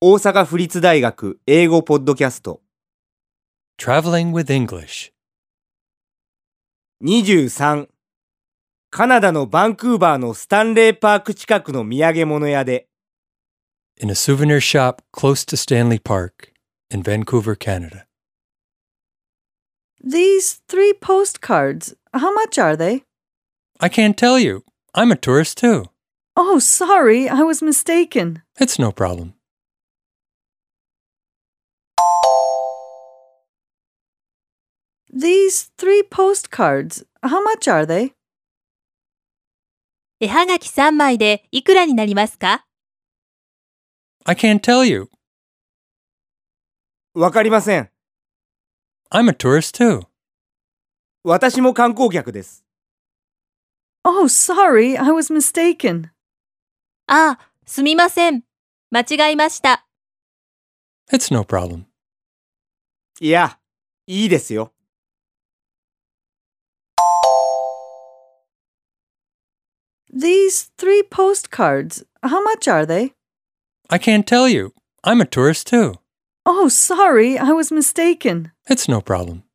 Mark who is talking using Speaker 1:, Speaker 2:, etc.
Speaker 1: 大阪府立大学英語ポッドキャスト
Speaker 2: Traveling with English.
Speaker 1: 23カナダのバンクーバーのスタンレーパーク近くの土産物屋で
Speaker 2: In a souvenir shop close to Stanley Park in Vancouver, Canada.
Speaker 3: These three postcards, how much are they?
Speaker 2: I can't tell you. I'm a tourist too.
Speaker 3: Oh, sorry, I was mistaken.
Speaker 2: It's no problem.
Speaker 3: These three postcards, how much are they?
Speaker 4: 絵はがき3枚でいくらになりますか
Speaker 2: I can't tell you.
Speaker 1: わかりません
Speaker 2: I'm a tourist too.
Speaker 1: 私も観光客です
Speaker 3: Oh, sorry, I was mistaken.
Speaker 4: ああ、すみません。間違えました。
Speaker 2: It's no problem.
Speaker 1: いやいいですよ
Speaker 3: These three postcards, how much are they?
Speaker 2: I can't tell you. I'm a tourist too.
Speaker 3: Oh, sorry, I was mistaken.
Speaker 2: It's no problem.